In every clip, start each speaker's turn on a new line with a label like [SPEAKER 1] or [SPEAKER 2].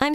[SPEAKER 1] I'm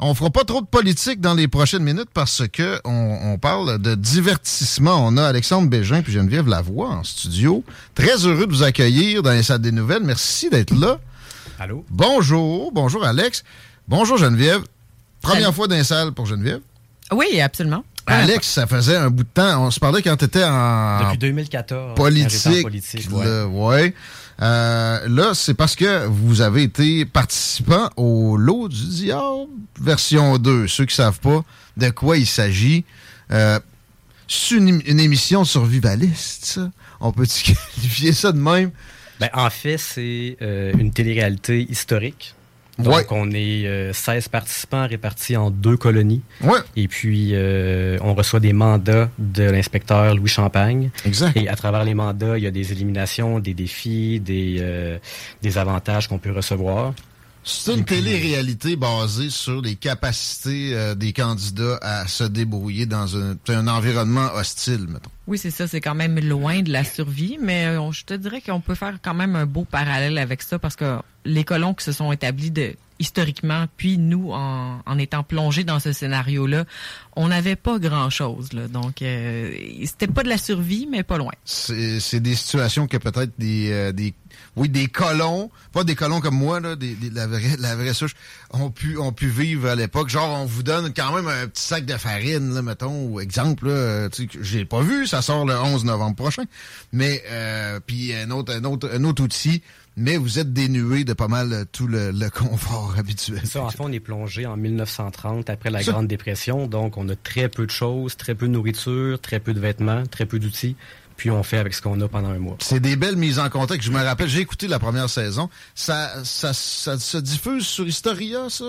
[SPEAKER 2] On fera pas trop de politique dans les prochaines minutes parce que on, on parle de divertissement. On a Alexandre Bégin puis Geneviève Lavoie en studio. Très heureux de vous accueillir dans les salles des nouvelles. Merci d'être là.
[SPEAKER 3] Allô?
[SPEAKER 2] Bonjour, bonjour Alex. Bonjour Geneviève. Première fois dans les salles pour Geneviève.
[SPEAKER 4] Oui, absolument. Ah,
[SPEAKER 2] Alex, ça faisait un bout de temps. On se parlait quand t'étais en
[SPEAKER 3] Depuis 2014.
[SPEAKER 2] politique.
[SPEAKER 3] en politique, ouais.
[SPEAKER 2] là, ouais. Euh, là, c'est parce que vous avez été participant au lot du diable version 2. Ceux qui savent pas de quoi il s'agit, euh, c'est une, ém- une émission survivaliste, ça. On peut-tu qualifier ça de même?
[SPEAKER 3] Ben, en fait, c'est euh, une télé-réalité historique. Donc,
[SPEAKER 2] Ouais.
[SPEAKER 3] on est euh, 16 participants répartis en deux colonies.
[SPEAKER 2] Ouais,
[SPEAKER 3] Et puis, euh, on reçoit des mandats de l'inspecteur Louis Champagne.
[SPEAKER 2] exact.
[SPEAKER 3] Et à travers les mandats, il y a des éliminations, des défis, des, euh, des avantages qu'on peut recevoir.
[SPEAKER 2] C'est une télé-réalité basée sur les capacités euh, des candidats à se débrouiller dans un, un environnement hostile, mettons.
[SPEAKER 4] Oui, c'est ça. C'est quand même loin de la survie, mais euh, on- je te dirais qu'on peut faire quand même un beau parallèle avec ça parce que les colons qui se sont établis de historiquement, puis nous, en, en étant plongés dans ce scénario-là, on n'avait pas grand-chose. là. Donc, euh, c'était pas de la survie, mais pas loin.
[SPEAKER 2] c'est c'est des situations que peut-être des, euh, des oui des colons pas des colons comme moi là des, des- la vraie la vraie souche ont pu ont pu vivre à l'époque genre on vous donne quand même un petit sac de farine là mettons ou exemple là euh, tu sais, que j'ai pas vu ça sort le 11 novembre prochain mais euh, puis un autre un autre un autre outil mais vous êtes dénué de pas mal euh, tout le, le confort habituel
[SPEAKER 3] Ça, en fait, on est plongé en 1930 après la
[SPEAKER 2] Ça-
[SPEAKER 3] Grande Dépression. Donc, on a très peu de choses, très peu de nourriture, très peu de vêtements, très peu d'outils. Puis, on fait avec ce qu'on a pendant un mois.
[SPEAKER 2] C'est des belles mises en contexte. Je me rappelle, j'ai écouté la première saison. Ça, ça, ça se diffuse sur Historia, ça?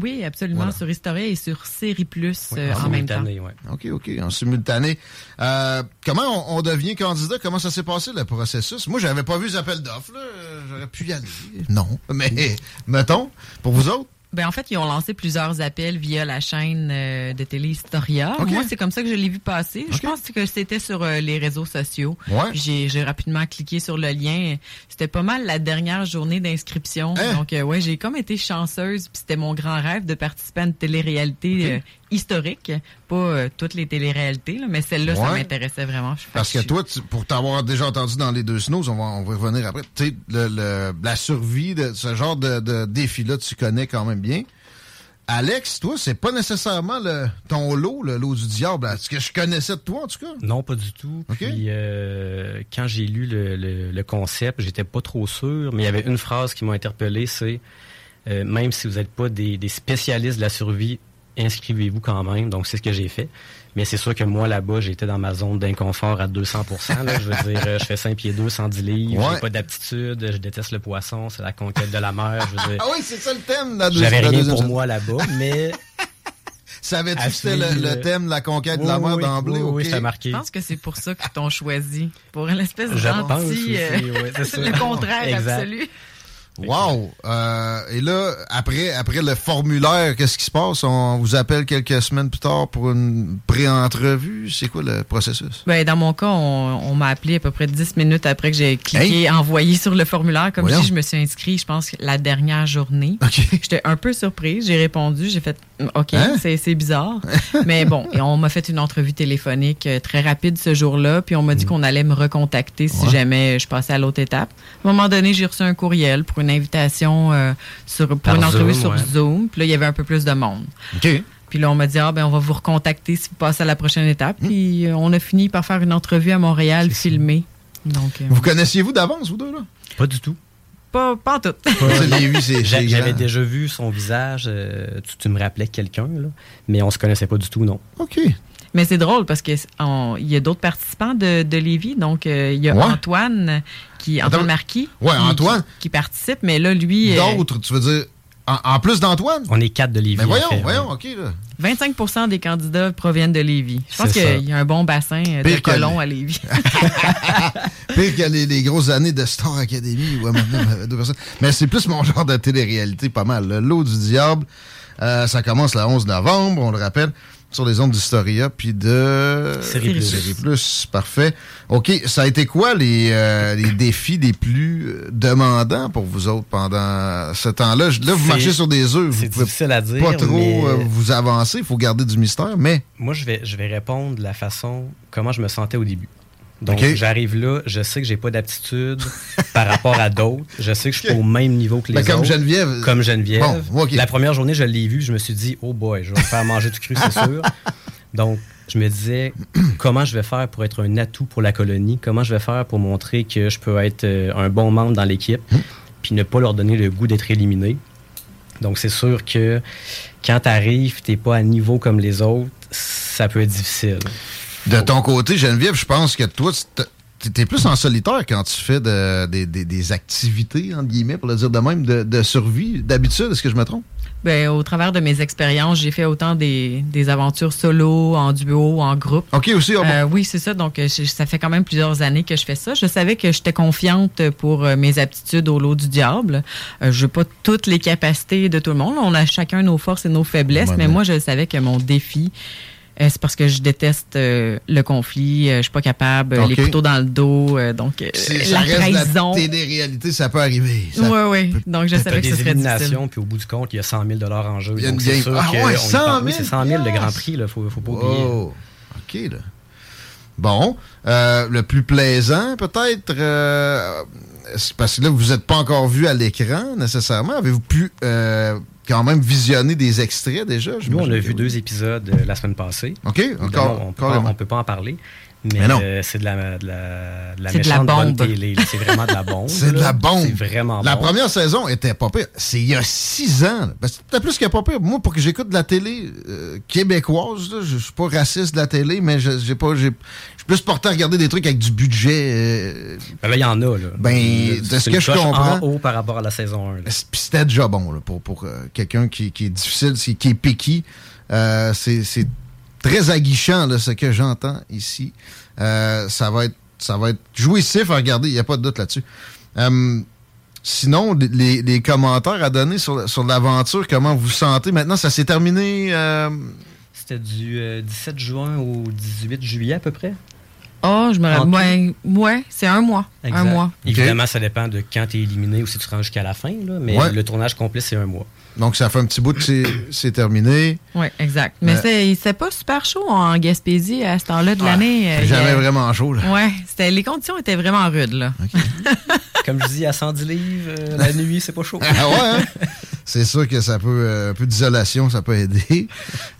[SPEAKER 4] Oui, absolument.
[SPEAKER 2] Voilà.
[SPEAKER 4] Sur Historia et sur Série Plus euh, en même temps.
[SPEAKER 3] simultané, ouais.
[SPEAKER 2] OK, OK, en simultané. Euh, comment on, on devient candidat? Comment ça s'est passé, le processus? Moi, j'avais pas vu les appels d'offres. là. Euh, J'aurais pu y aller. Non, mais mettons, pour vous autres,
[SPEAKER 4] Ben en fait, ils ont lancé plusieurs appels via la chaîne euh, de télé Historia.
[SPEAKER 2] Ok.
[SPEAKER 4] Moi, c'est comme ça que je l'ai vu passer. Je
[SPEAKER 2] Ok.
[SPEAKER 4] pense que c'était sur euh, les réseaux sociaux.
[SPEAKER 2] Ouais.
[SPEAKER 4] J'ai j'ai rapidement cliqué sur le lien. C'était pas mal la dernière journée d'inscription.
[SPEAKER 2] Hein?
[SPEAKER 4] Donc euh, ouais, j'ai comme été chanceuse, puis c'était mon grand rêve de participer à une télé-réalité euh, historique, pas euh, toutes les télé-réalités là, mais celle-là ça
[SPEAKER 2] Ouais.
[SPEAKER 4] m'intéressait vraiment. Je-
[SPEAKER 2] parce que
[SPEAKER 4] je-
[SPEAKER 2] toi, tu- pour t'avoir déjà entendu dans les deux snows, on va, on va y revenir après. Tu sais, le, le- la survie de ce genre de, de défi-là, tu connais quand même bien. Alex, toi, c'est pas nécessairement le, ton lot, le lot du diable. Ce que je connaissais de toi, en tout cas.
[SPEAKER 3] Non, pas du tout.
[SPEAKER 2] OK.
[SPEAKER 3] Puis, euh, quand j'ai lu le, le- le concept, j'étais pas trop sûr, mais il y avait une phrase qui m'a interpellé, c'est euh, même si vous n'êtes pas des, des spécialistes de la survie, inscrivez-vous quand même. Donc, c'est ce que j'ai fait. Mais c'est sûr que moi, là-bas, j'étais dans ma zone d'inconfort à 200 là. Je veux dire, euh, je fais 5 pieds 2, 110 livres,
[SPEAKER 2] Ouais.
[SPEAKER 3] j'ai pas d'aptitude, je déteste le poisson, c'est la conquête de la mer. Je veux dire,
[SPEAKER 2] Ah oui, c'est ça le thème de la deuxième-
[SPEAKER 3] j'avais
[SPEAKER 2] la
[SPEAKER 3] rien
[SPEAKER 2] deuxième
[SPEAKER 3] pour
[SPEAKER 2] saison.
[SPEAKER 3] moi là-bas, mais...
[SPEAKER 2] Savais-tu
[SPEAKER 3] À
[SPEAKER 2] que c'était le,
[SPEAKER 3] suivre,
[SPEAKER 2] le
[SPEAKER 3] euh,
[SPEAKER 2] thème de la conquête de la
[SPEAKER 3] Oui,
[SPEAKER 2] mer
[SPEAKER 3] oui,
[SPEAKER 2] d'emblée?
[SPEAKER 3] oui,
[SPEAKER 2] OK.
[SPEAKER 3] oui, c'était marqué.
[SPEAKER 4] je pense que c'est pour ça que t'ont choisi pour une espèce de
[SPEAKER 3] Je pense
[SPEAKER 4] gentil
[SPEAKER 3] aussi,
[SPEAKER 4] euh,
[SPEAKER 3] ouais, c'est ça.
[SPEAKER 4] le contraire
[SPEAKER 3] Exact.
[SPEAKER 4] absolu.
[SPEAKER 2] Wow! Euh, et là, après, après le formulaire, qu'est-ce qui se passe? On vous appelle quelques semaines plus tard pour une pré-entrevue. C'est quoi le processus?
[SPEAKER 4] Ben, dans mon cas, on, on m'a appelé à peu près 10 minutes après que j'ai cliqué envoyé sur le formulaire. Comme
[SPEAKER 2] Voyons.
[SPEAKER 4] si je me suis inscrit, je pense, la dernière journée.
[SPEAKER 2] OK.
[SPEAKER 4] J'étais un peu surprise. J'ai répondu. J'ai fait «Mm, OK,
[SPEAKER 2] Hein?
[SPEAKER 4] c'est c'est bizarre. Mais bon, et on m'a fait une entrevue téléphonique euh, très rapide ce jour-là. Puis on m'a dit qu'on allait me recontacter si
[SPEAKER 2] Mm. Ouais.
[SPEAKER 4] jamais je passais à l'autre étape. À un moment donné, j'ai reçu un courriel pour une une invitation euh, sur, pour
[SPEAKER 3] Par
[SPEAKER 4] une entrevue
[SPEAKER 3] Zoom,
[SPEAKER 4] sur
[SPEAKER 3] ouais.
[SPEAKER 4] Zoom. Puis là, il y avait un peu plus de monde.
[SPEAKER 2] OK.
[SPEAKER 4] Puis là, on m'a dit, ah, ben, on va vous recontacter si vous passez à la prochaine étape.
[SPEAKER 2] Hmm.
[SPEAKER 4] Puis euh, on a fini par faire une entrevue à Montréal filmée. Donc, euh,
[SPEAKER 2] Vous connaissiez-vous d'avance, vous deux, là?
[SPEAKER 3] Pas du tout.
[SPEAKER 4] pas, pas en tout.
[SPEAKER 2] C'est les huit, c'est-
[SPEAKER 3] J'a-
[SPEAKER 2] c'est
[SPEAKER 3] J'avais
[SPEAKER 2] grand.
[SPEAKER 3] déjà vu son visage, euh, tu, tu me rappelais quelqu'un, là, mais on se connaissait pas du tout, non.
[SPEAKER 2] OK.
[SPEAKER 4] Mais c'est drôle parce que c'est- on- il y a d'autres participants de, de Lévis. Donc, euh, il y a
[SPEAKER 2] Ouais.
[SPEAKER 4] Antoine, qui, Antoine
[SPEAKER 2] Attends.
[SPEAKER 4] Marquis.
[SPEAKER 2] Ouais,
[SPEAKER 4] qui-
[SPEAKER 2] Antoine.
[SPEAKER 4] Qui, qui participe, mais là, lui, euh,
[SPEAKER 2] D'autres, tu veux dire, en, en plus d'Antoine?
[SPEAKER 3] On est quatre de Lévis.
[SPEAKER 2] Mais
[SPEAKER 3] en
[SPEAKER 2] voyons,
[SPEAKER 3] fait,
[SPEAKER 2] voyons,
[SPEAKER 3] ouais.
[SPEAKER 2] OK, là.
[SPEAKER 4] 25 des candidats proviennent de Lévis. Je pense
[SPEAKER 3] C'est ça.
[SPEAKER 4] qu'il y a un bon bassin euh, de
[SPEAKER 2] Pire que
[SPEAKER 4] colons
[SPEAKER 2] le-
[SPEAKER 4] à Lévis.
[SPEAKER 2] Pire que les, les grosses années de Star Academy où à un moment donné, on avait euh, deux personnes. Mais c'est plus mon genre de télé-réalité, pas mal. là. L'eau du diable, euh, ça commence le 11 novembre, on le rappelle, sur les ondes d'Historia, puis de...
[SPEAKER 3] Série Plus.
[SPEAKER 2] Série Plus, parfait. OK, ça a été quoi les, euh, les défis les plus euh, demandants pour vous autres pendant ce temps-là? Je- Là, vous
[SPEAKER 3] C'est-
[SPEAKER 2] marchez sur des œufs.
[SPEAKER 3] c'est
[SPEAKER 2] Vous pouvez
[SPEAKER 3] difficile à dire,
[SPEAKER 2] Pas trop
[SPEAKER 3] mais-
[SPEAKER 2] euh, vous avancer, il faut garder du mystère, mais...
[SPEAKER 3] Moi, je vais, je vais répondre de la façon comment je me sentais au début. Donc,
[SPEAKER 2] Ok.
[SPEAKER 3] j'arrive là, je sais que j'ai pas d'aptitude par rapport à d'autres. Je sais que je suis pas au même niveau que les
[SPEAKER 2] Ben,
[SPEAKER 3] autres.
[SPEAKER 2] comme Geneviève.
[SPEAKER 3] Comme Geneviève.
[SPEAKER 2] Bon, ok.
[SPEAKER 3] La première journée, je l'ai vue, je me suis dit, oh boy, je vais me faire manger tout cru, c'est sûr. Donc, je me disais, comment je vais faire pour être un atout pour la colonie? Comment je vais faire pour montrer que je peux être euh, un bon membre dans l'équipe? Puis ne pas leur donner le goût d'être éliminé. Donc, c'est sûr que quand t'arrives, t'es pas à niveau comme les autres, ça peut être difficile.
[SPEAKER 2] De ton côté, Geneviève, je pense que toi, es plus en solitaire quand tu fais de- des- des- des activités, entre guillemets, pour le dire de même, de, de survie. D'habitude, est-ce que je me trompe?
[SPEAKER 4] Ben, au travers de mes expériences, j'ai fait autant des, des aventures solo, en duo, en groupe.
[SPEAKER 2] OK, aussi, ah bon.
[SPEAKER 4] Euh, oui, c'est ça. Donc, euh, je- ça fait quand même plusieurs années que je fais ça. Je savais que j'étais confiante pour euh, mes aptitudes au lot du diable. Euh, je n'ai pas toutes les capacités de tout le monde. On a chacun nos forces et nos faiblesses,
[SPEAKER 2] Ouais,
[SPEAKER 4] mais
[SPEAKER 2] ouais.
[SPEAKER 4] moi, je savais que mon défi, euh, c'est parce que je déteste euh, le conflit. euh, je suis pas capable. euh, Les
[SPEAKER 2] Ok.
[SPEAKER 4] couteaux dans le dos. euh, donc, euh,
[SPEAKER 2] C'est- ça
[SPEAKER 4] la
[SPEAKER 2] reste
[SPEAKER 4] trahison.
[SPEAKER 2] la télé-réalité, ça peut arriver. Ça-
[SPEAKER 4] Oui, oui. Donc, je
[SPEAKER 3] T'as
[SPEAKER 4] savais que ce
[SPEAKER 3] des
[SPEAKER 4] serait difficile.
[SPEAKER 3] éliminations, puis au bout du compte, il y a 100 000 en jeu.
[SPEAKER 2] Il y a
[SPEAKER 3] Donc,
[SPEAKER 2] une
[SPEAKER 3] c'est
[SPEAKER 2] game-
[SPEAKER 3] sûr
[SPEAKER 2] Ah
[SPEAKER 3] que
[SPEAKER 2] ouais,
[SPEAKER 3] on y
[SPEAKER 2] 100
[SPEAKER 3] pense. Oui,
[SPEAKER 2] 000
[SPEAKER 3] c'est 100 000 le
[SPEAKER 2] piastres.
[SPEAKER 3] Grand Prix, là, faut, faut pas oublier.
[SPEAKER 2] Wow. Oh, OK, là. Bon. Euh, le plus plaisant, peut-être, euh, c'est parce que là, vous n'êtes pas encore vu à l'écran, nécessairement. Avez-vous pu euh, quand même visionner des extraits déjà?
[SPEAKER 3] Nous, on
[SPEAKER 2] j'imagine
[SPEAKER 3] a
[SPEAKER 2] que
[SPEAKER 3] vu
[SPEAKER 2] oui.
[SPEAKER 3] deux épisodes euh, la semaine passée.
[SPEAKER 2] OK, encore.
[SPEAKER 3] Évidemment, on peut,
[SPEAKER 2] encore
[SPEAKER 3] pas, on peut pas en parler. Mais,
[SPEAKER 2] Mais non.
[SPEAKER 3] euh, c'est de la, de la, de la
[SPEAKER 4] C'est de la
[SPEAKER 3] méchante bonne
[SPEAKER 4] bombe.
[SPEAKER 3] télé. là. C'est vraiment de la bombe.
[SPEAKER 2] C'est de
[SPEAKER 3] là.
[SPEAKER 2] la bombe.
[SPEAKER 3] C'est vraiment
[SPEAKER 2] La
[SPEAKER 3] bon.
[SPEAKER 2] première saison était pas pire. C'est il y a six ans. là. Ben, c'est peut-être plus que pas pire. Moi, pour que j'écoute de la télé euh, québécoise, là, je je suis pas raciste de la télé, mais je j'ai pas. j'ai- Je suis plus porté à regarder des trucs avec du budget. euh,
[SPEAKER 3] Ben là, il y en a. Là.
[SPEAKER 2] Ben, de
[SPEAKER 3] C'est
[SPEAKER 2] ce
[SPEAKER 3] une
[SPEAKER 2] que je
[SPEAKER 3] coche
[SPEAKER 2] comprends-
[SPEAKER 3] en haut par rapport à la saison 1. là.
[SPEAKER 2] c'est- Puis c'était déjà bon là, pour, pour euh, quelqu'un qui, qui est difficile, qui, qui est piqué. Euh, c'est c'est très aguichant là, ce que j'entends ici. Euh, ça va être ça va être jouissif à regarder, il n'y a pas de doute là-dessus. Euh, sinon, les, les commentaires à donner sur, sur l'aventure, comment vous vous sentez maintenant, ça s'est terminé. euh,
[SPEAKER 3] C'était du euh, 17 juin au 18 juillet à peu près.
[SPEAKER 4] Oh, je me
[SPEAKER 3] En
[SPEAKER 4] rappelle.
[SPEAKER 3] tout.
[SPEAKER 4] Ouais, ouais, c'est un mois. Un
[SPEAKER 3] Exact.
[SPEAKER 4] mois.
[SPEAKER 3] Évidemment, ça dépend de quand tu es éliminé ou si tu te rends jusqu'à la fin. là, mais
[SPEAKER 2] Ouais.
[SPEAKER 3] le tournage complet, c'est un mois.
[SPEAKER 2] donc ça fait un petit bout que c'est- c'est terminé.
[SPEAKER 4] Oui, exact. Mais
[SPEAKER 3] Euh,
[SPEAKER 2] Mais-
[SPEAKER 4] c'est c'est pas super chaud en Gaspésie à ce temps-là de l'année.
[SPEAKER 2] C'est
[SPEAKER 4] Euh,
[SPEAKER 2] jamais
[SPEAKER 4] il y a-
[SPEAKER 2] vraiment chaud là.
[SPEAKER 4] Ouais, c'était les conditions étaient vraiment rudes là.
[SPEAKER 3] Comme je dis, à 110 livres, euh, la nuit, c'est pas chaud.
[SPEAKER 2] Ah ouais, hein? C'est sûr que ça peut. euh, un peu d'isolation, ça peut aider.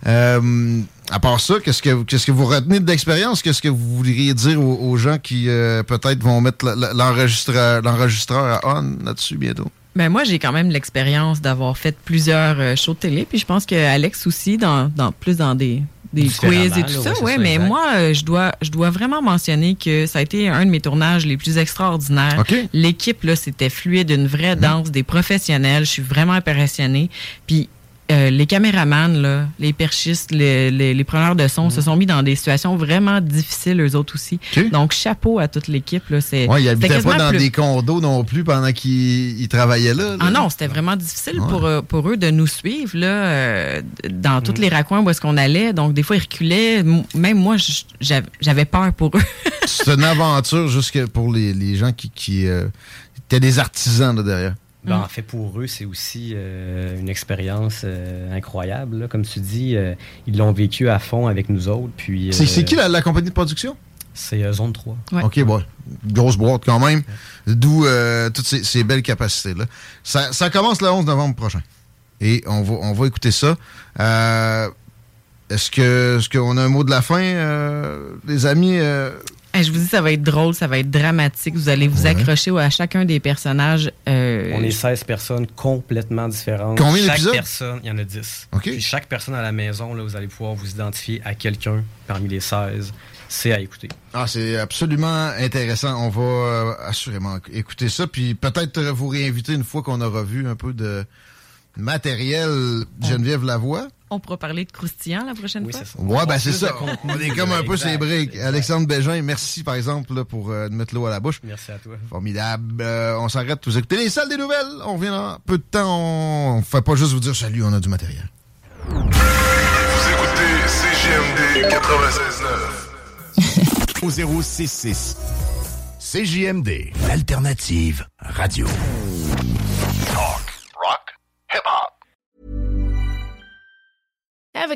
[SPEAKER 2] Euh, à part ça, qu'est-ce que, qu'est-ce que vous retenez de l'expérience? Qu'est-ce que vous voudriez dire aux, aux gens qui, euh, peut-être, vont mettre la- la- l'enregistreur, l'enregistreur à on là-dessus bientôt?
[SPEAKER 4] Ben moi, j'ai quand même l'expérience d'avoir fait plusieurs euh, shows de télé, puis je pense que Alex aussi, dans, dans plus dans des, des
[SPEAKER 3] Différemment,
[SPEAKER 4] quiz et tout
[SPEAKER 3] là,
[SPEAKER 4] ça.
[SPEAKER 3] ouais, c'est
[SPEAKER 4] ouais,
[SPEAKER 3] ça,
[SPEAKER 4] mais
[SPEAKER 3] exact.
[SPEAKER 4] moi, euh, je dois, je dois vraiment mentionner que ça a été un de mes tournages les plus extraordinaires.
[SPEAKER 2] OK.
[SPEAKER 4] L'équipe là, c'était fluide, une
[SPEAKER 2] Mhm.
[SPEAKER 4] vraie danse, des professionnels. Je suis vraiment impressionnée. Puis euh, les caméramans, là, les perchistes, les, les, les preneurs de son se sont mis dans des situations vraiment difficiles, eux autres aussi.
[SPEAKER 2] Mhm. OK.
[SPEAKER 4] Donc, chapeau à toute l'équipe. Là, c'est,
[SPEAKER 2] Ouais, ils n'habitaient
[SPEAKER 4] c'était
[SPEAKER 2] pas
[SPEAKER 4] quasiment
[SPEAKER 2] dans
[SPEAKER 4] plus-
[SPEAKER 2] des condos non plus pendant qu'ils ils travaillaient là. là.
[SPEAKER 4] ah non, c'était vraiment difficile pour, eux- pour eux de nous suivre là, euh, dans
[SPEAKER 2] Mhm.
[SPEAKER 4] tous les raccoins où est-ce qu'on allait. Donc, des fois, ils reculaient. M- Même moi, je- j'avais j'avais peur pour eux.
[SPEAKER 2] C'est une aventure jusque pour les, les gens qui, qui euh, étaient des artisans là, derrière.
[SPEAKER 3] Ben, En fait, pour eux, c'est aussi euh, une expérience euh, incroyable. là. Comme tu dis, euh, ils l'ont vécu à fond avec nous autres. Puis,
[SPEAKER 2] C'est,
[SPEAKER 3] euh,
[SPEAKER 2] c'est qui la, la compagnie de production?
[SPEAKER 3] C'est euh, zone 3.
[SPEAKER 4] Ouais.
[SPEAKER 2] OK, bon. Grosse boîte quand même. D'où euh, toutes ces, ces belles capacités-là. Ça, ça commence le 11 novembre prochain. Et on va, on va écouter ça. Euh, est-ce que est-ce qu'on a un mot de la fin, euh, les amis? euh,
[SPEAKER 4] Eh, je vous dis, ça va être drôle, ça va être dramatique. Vous allez vous accrocher au- à chacun des personnages. euh,
[SPEAKER 3] On est 16 personnes complètement différentes.
[SPEAKER 2] Combien
[SPEAKER 3] chaque
[SPEAKER 2] d'épisodes?
[SPEAKER 3] personne, il y en a 10.
[SPEAKER 2] OK.
[SPEAKER 3] Puis chaque personne à la maison, là, vous allez pouvoir vous identifier à quelqu'un parmi les 16. C'est à écouter.
[SPEAKER 2] Ah, c'est absolument intéressant. On va euh, assurément écouter ça, puis peut-être vous réinviter une fois qu'on aura vu un peu de matériel Geneviève Lavoie.
[SPEAKER 4] On pourra parler de croustillant la prochaine
[SPEAKER 3] Oui,
[SPEAKER 4] fois.
[SPEAKER 3] c'est ça.
[SPEAKER 2] Ouais, ben
[SPEAKER 3] Plus
[SPEAKER 2] c'est
[SPEAKER 3] de
[SPEAKER 2] ça.
[SPEAKER 3] contenu.
[SPEAKER 2] On est comme un peu
[SPEAKER 3] Exact,
[SPEAKER 2] ces briques.
[SPEAKER 3] exact.
[SPEAKER 2] Alexandre Bégin, merci par exemple là, pour euh, de mettre l'eau à la bouche.
[SPEAKER 3] Merci à toi.
[SPEAKER 2] Formidable. Euh, on s'arrête, vous écoutez les salles des nouvelles. On revient dans peu de temps. On, on fait pas juste vous dire salut, on a du matériel.
[SPEAKER 5] Vous écoutez CGMD 96.9.
[SPEAKER 6] au 066. CJMD, l'alternative radio.
[SPEAKER 5] Rock, hip hop.
[SPEAKER 7] Ever